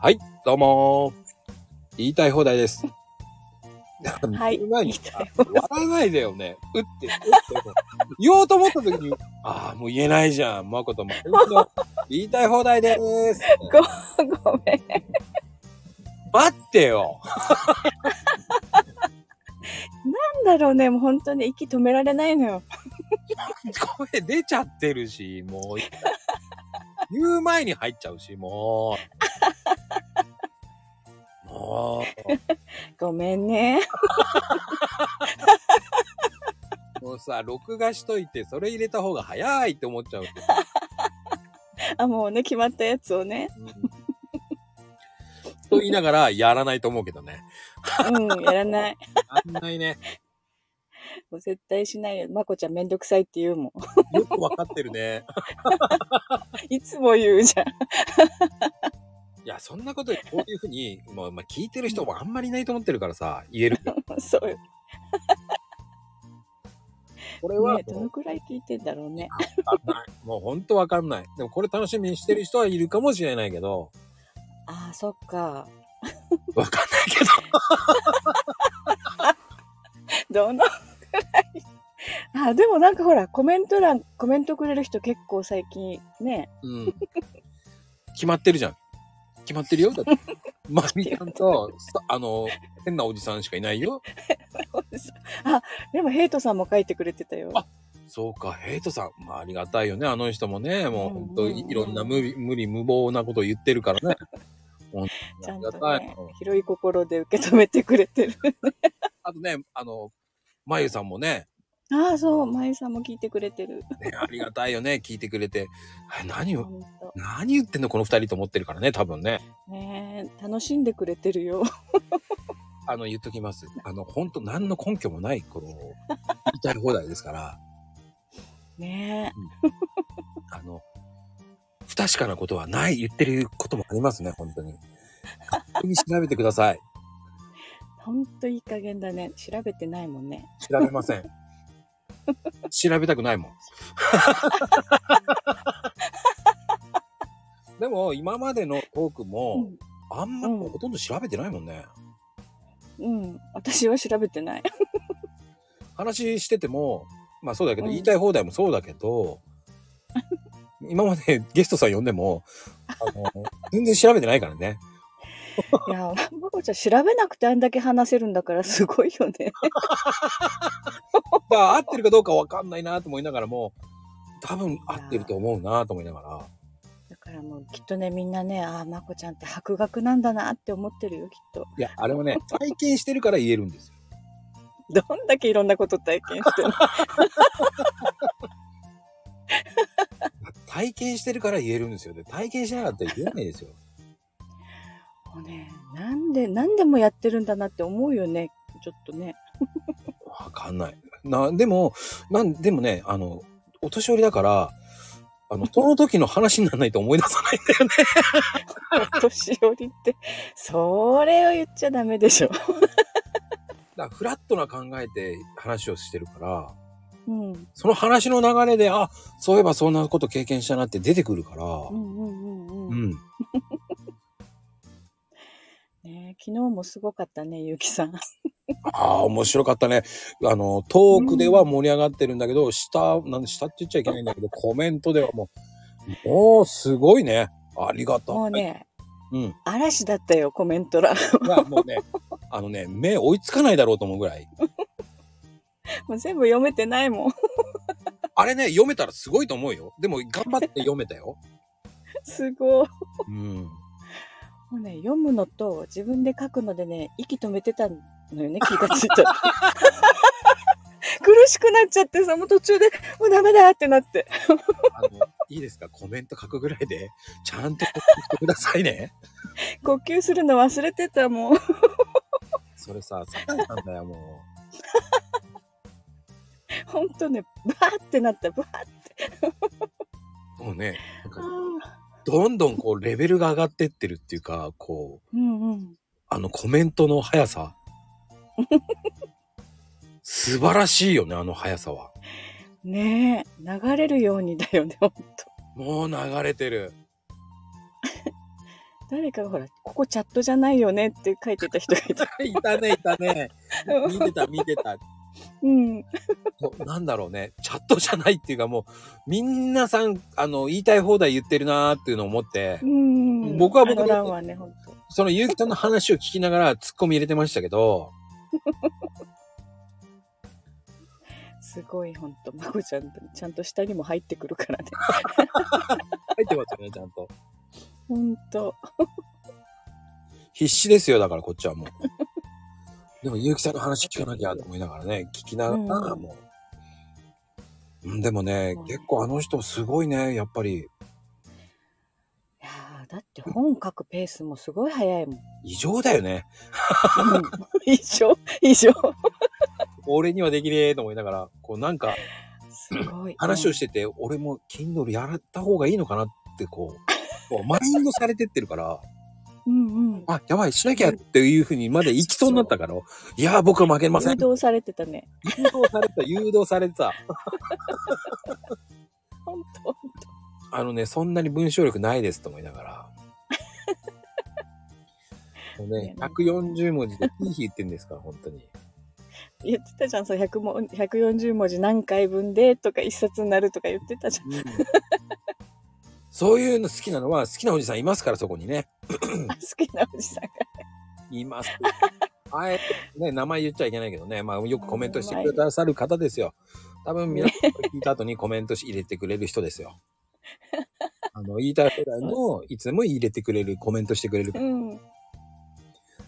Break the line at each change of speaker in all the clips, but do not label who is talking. はい、どうもー。言いたい放題です。
はい
言う前に
言い
さ笑わないでよね。うって、うって。言おうと思った時に、ああ、もう言えないじゃん。まことも。言いたい放題でーす。
ごめん。
待ってよ。
なんだろうね、もう本当に息止められないのよ。
声出ちゃってるし、もう。言う前に入っちゃうし、もう。も
ごめんね。
う、もうさ、録画しといて、それ入れた方が早いって思っちゃう。
あ、もうね、決まったやつをね。
うんと言いながら、やらないと思うけどね。
うん、やらない。
やんないね。
もう絶対しないよ。まこちゃんめんどくさいって言うもん。
よくわかってるね。
いつも言うじゃん。
いや、そんなこと、こういうふうに、もう、まあ、聞いてる人もあんまりいないと思ってるからさ、言える。
そうよ。
こ れは、
ね、どのくらい聞いてんだろうね。
わかんない。もうほんとわかんない。でもこれ楽しみにしてる人はいるかもしれないけど、
あー、そっか。
わかんないけど。
どのくらい。あ、でもなんかほら、コメント欄、コメントくれる人結構最近ね。
うん。決まってるじゃん。決まってるよ。だって。まみちゃんと、さあの、変なおじさんしかいないよ。
あ、でもヘイトさんも書いてくれてたよ。
あそうか、ヘイトさん。まあ、ありがたいよね。あの人もね、もう本当にいろんな無理無理無謀なことを言ってるからね。ほんとに
ちゃん
あ
と
りがたい。
ね、広い心で受け止めてくれてる。
あとね、あの、まゆさんもね、
ああ、そう、まゆさんも聞いてくれてる。
ねありがたいよね、聞いてくれて。あ何を、
本当。
何言ってんの、この二人と思ってるからね、多分ね。
ねえ、楽しんでくれてるよ。
あの、言っときます。あの、本当何の根拠もない、この、言いたい放題ですから、
ね
あの、不確かなことはない、言ってることもありますね、本当に。勝手に調べてください。
え、ほんといい加減だね。調べてないもんね。
調べません。調べたくない もん。でも、今までのトーク
う
も、
ん。
あんま
うん
ほとんど調べてないもんね。
うん。私は調べてない。
話しててもまあそうだけど、
うん
言いたい放題もそうだけど今までゲストさん呼んでもあの全然調べてないからね
いや、まこちゃん調べなくてあんだけ話せるんだからすごいよね。
だから合ってるかどうかわかんないなと思いながらも多分合ってると思うなと思いながら
だからもうきっとね、みんなね、ああ、まこちゃんって博学なんだなって思ってるよ、きっと。
いやあれはね体験してるから言えるんですよ
どんだけいろんなこと体験して るの
体験してるから言えるんですよで体験しなかったら言えないですよ
もうね、なんで、なんでもやってるんだなって思うよね。ちょっと ね。
わかんないなでもなんでもねあのお年寄りだからあのその時の話にならないと思い出さないんだよね
お年寄りって、それを言っちゃダメでしょ。
だからフラットな考えて話をしてるから、
うん。
その話の流れで、あ、そういえばそんなこと経験したなって出てくるから、
う
うん
うんうん
ん。
うん。ねえ昨日もすごかったね、ゆうきさん。
ああ、面白かったね。あの、トークでは盛り上がってるんだけど、下、なん下って言っちゃいけないんだけど、コメントではもう、もうすごいね。ありがたい。
もうね、
うん。い
嵐だったよ、コメント欄。
や、もうね、 あのね、目追いつかないだろうと思うぐらい。
もう全部読めてないもん。
あれね、読めたらすごいと思うよ。でも、頑張って読めたよ。
すごい。
うん。
もうね、読むのと自分で書くのでね、息止めてたのよね、気がついたら。苦しくなっちゃってさ、もう途中で、もうダメだってなって。
あの、いいですかコメント書くぐらいで、ちゃんと書いてくださいね。
呼吸するの忘れてたもん。
それさ、サタンなんだよ、もう。
ほんとね、バーってなった、バーって。
もうね、なん
あ
か
ー
どんどんこう、レベルが上がってってるっていうか、こう、
うんうん。
あのコメントの速さ。素晴らしいよね、あの速さは。
ねえ、流れるようにだよね、ほんと。
もう流れてる。
誰かがほら、ここチャットじゃないよねって書いてた人が いた。
いたね、いたね。
うん
見てた、見てた。
うん。
こうなんだろうね。チャットじゃないっていうかもう、みんなさん、あの、言いたい放題言ってるなーっていうのを思って
う、ん。
僕は僕で
あの欄はね、本当。
その結城さんの話を聞きながらツッコミ入れてましたけど、
すごい、本当。まこちゃんと、ちゃんと下にも入ってくる からね。
入ってますよね、ちゃんと。
本当。
必死ですよ、だからこっちはもう。でも結城さんの話聞かなきゃと思いながらね、聞きながら
うん
もう。うん、でもね
そう、ね
結構あの人すごいね、やっぱり。
いやーだって本書くペースもすごい早い もん。
異常だよね。
うん一緒一緒
俺にはできねえと思いながら、こうなんか、
すごい。
話をしてて、俺も Kindle やらった方がいいのかなってこう、こうマインドされてってるから、
うんうん。
あ、やばい、しなきゃっていうふうにまで行きそうになったから、いやー僕は負けませ
誘
ん。
導されてたね。
誘導されてた、誘導されてた。
本当
あのね、そんなに文章力ないですと思いながら。もうね、140文字でヒーヒー言ってんですから、本当に。
言ってたじゃん、そう100も140文字何回分でとか一冊になるとか言ってたじゃん。
そういうの好きなのは、好きなおじさんいますから、そこにね。
あ好きなおじさんが。
います。あえてね、名前言っちゃいけないけどね、まあ、よくコメントしてくださる方ですよ。多分皆さんこれ聞いた後にコメントし入れてくれる人です よ。あの、言いたい放題の、いつでも入れてくれる、コメントしてくれる。
うん。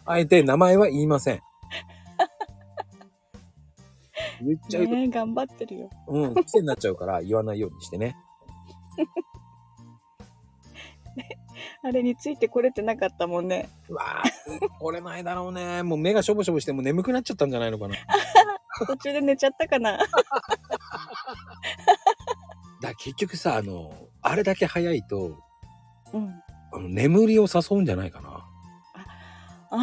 あえて名前は言いません。言っちゃうと、
ねえ頑張ってるよ。
うん、癖になっちゃうから言わないようにしてね。
あれについてこれてなかったもん ね。
うわーこれないだろうね。もう目がしょぼしょぼして、もう眠くなっちゃったんじゃないのかな。
途中で寝ちゃったかな。
だ結局さ、あの、あれだけ早いと、
うん。
あの眠りを誘うんじゃないかな。
あ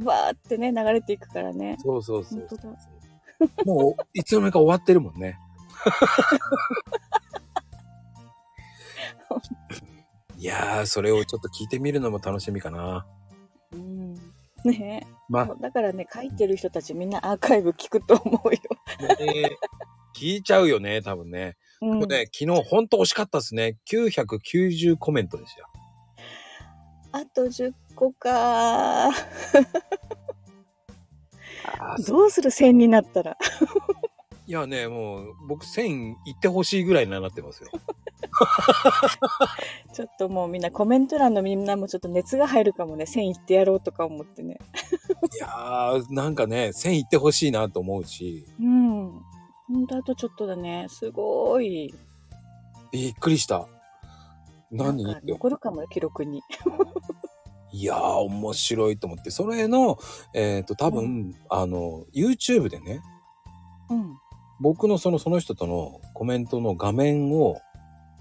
ー、わーってね、流れていくからね。
そうそうそう
本当だ
もう、いつの間にか終わってるもんね。いやー、それをちょっと聞いてみるのも楽しみかな。
うん。ねえ。
まあ、
そうだからね、書いてる人たちみんなアーカイブ聞くと思うよ。
ね聞いちゃうよね、多分ね。で
う
も
ん。
ね、昨日ほんと惜しかったですね。990コメントですよ。
あと10個かー。
あー
どうする1000になったら。
いやね、もう、僕1000いってほしいぐらいになってます よ。
ちょっともうみんなコメント欄のみんなもちょっと熱が入るかもね。1000いってやろうとか思ってね。
いやー、なんかね、1000いってほしいなと思うし、
うん。ほんとあとちょっとだね。すごーい。
びっくりした。何
なんか残るかもよ、記録に。
いやー、面白いと思って、それの、えっ、と、多分、
う
あの、YouTube でね、
うん。
僕のその、その人とのコメントの画面を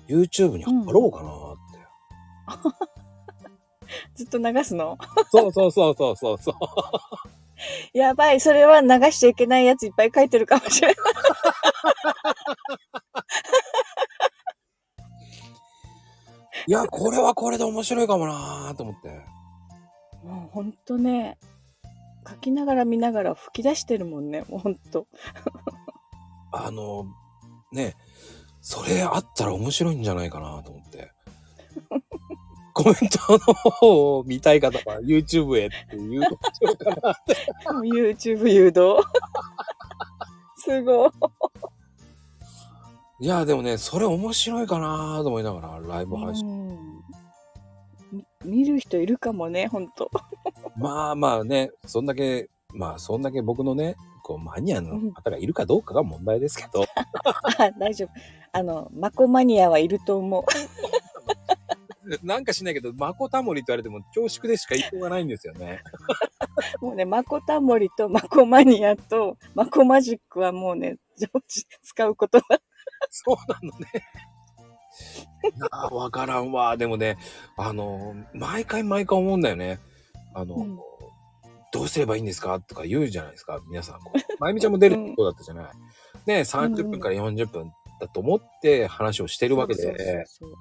YouTube に貼ろうかなーって。
ずっと流すの
そうそうそうそうそうそう。
やばい。それは流しちゃいけないやついっぱい書いてるかもしれない。
いや、これはこれで面白いかもなーと思って。
もうほんとね。書きながら見ながら吹き出してるもんね。もうほんと。
あの、ね、それあったら面白いんじゃないかなと思って。コメントの方を見たい方は YouTube へっていうところから
もう YouTube 誘導。すごい。
いや、でもね、それ面白いかなと思いながら、ライブ配信。
うんみ見る人いるかもね、ほんと。
まあまあね、そんだけ、まあそんだけ僕のね、こう、マニアの方がいるかどうかが問題ですけ ど、
あ 大丈夫。あの、マコマニアはいると思う。
なんかしないけど、マコタモリって言われても恐縮でしか言いようがないんですよ ね。
もうね、マコタモリとマコマニアとマコマジックはもうね、常時使うことは。
そうなのね。いやー、わからんわ。でもね、あの、毎回毎回思うんだよね。あの、
うん
どうすればいいんですかとか言うじゃないですか、皆さん。こうまゆみちゃんも出るってことだったじゃない。ね、30分から40分だと思って話をしてるわけで。
そうそうそう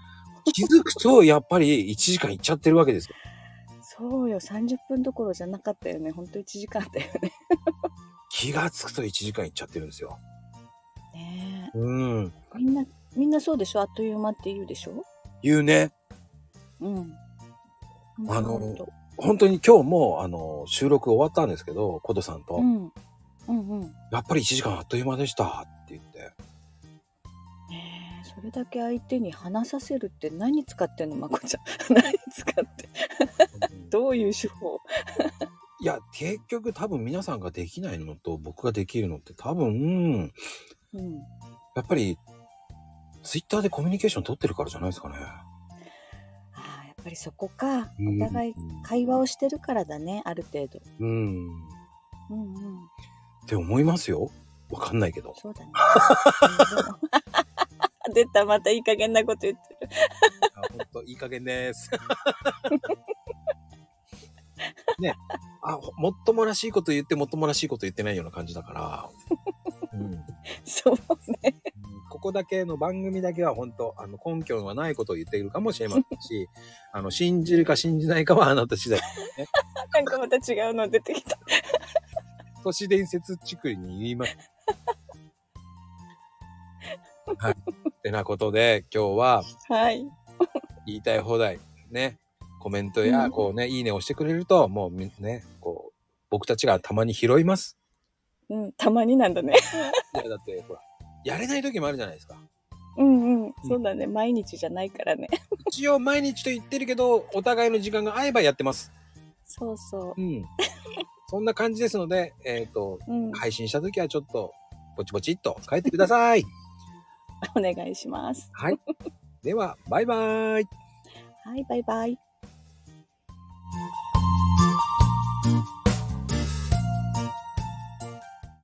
気づくと、やっぱり1時間いっちゃってるわけですよ。
そうよ、30分どころじゃなかったよね。ほんと1時間だよね。
気がつくと1時間いっちゃってるんですよ。
ね
うん。
え。みんな、みんなそうでしょあっという間って言うでしょ
言うね。
うん。
あの
ほんと
本当に今日も、あの、収録終わったんですけど、コトさんと、
うん。うんうん。
やっぱり1時間あっという間でしたって言って。
ねえそれだけ相手に話させるって何使ってんのまこちゃん 何使って どういう手法
いや、結局多分皆さんができないのと僕ができるのって多分、
うん
やっぱり、ツイッターでコミュニケーション取ってるからじゃないですかね。
ああやっぱりそこか
うん
お互い会話をしてるからだねある程度
うん。
うんうん
って思いますよ。わかんないけど。
そ うだね うんでも出たまたいい加減なこと言ってる
あ本当いい加減です。ね、あほもっともらしいこと言ってもっともらしいこと言ってないような感じだから、うん、
そうね
ここだけの番組だけは本当あの根拠はないことを言っているかもしれませんし あの信じるか信じないかはあなた次第
なんかまた違うの出てきた
都市伝説ちくりに言います。はい、ってなことで今日は
はい
言いたい放題ねコメントや
うん
こうね、いいねをしてくれるともうみねこう僕たちがたまに拾います
うんたまになんだね
いやだってほらやれない時もあるじゃないですか
うんうんそうだね毎日じゃないからね
一応毎日と言ってるけ どお互いの時間が合えばやってます
そうそ
うんそんな感じですのでえっ、と
ううん
配信した時はちょっとぼちぼちっと書いてください
お願いします
はいではバイバーイ
はいバイバイ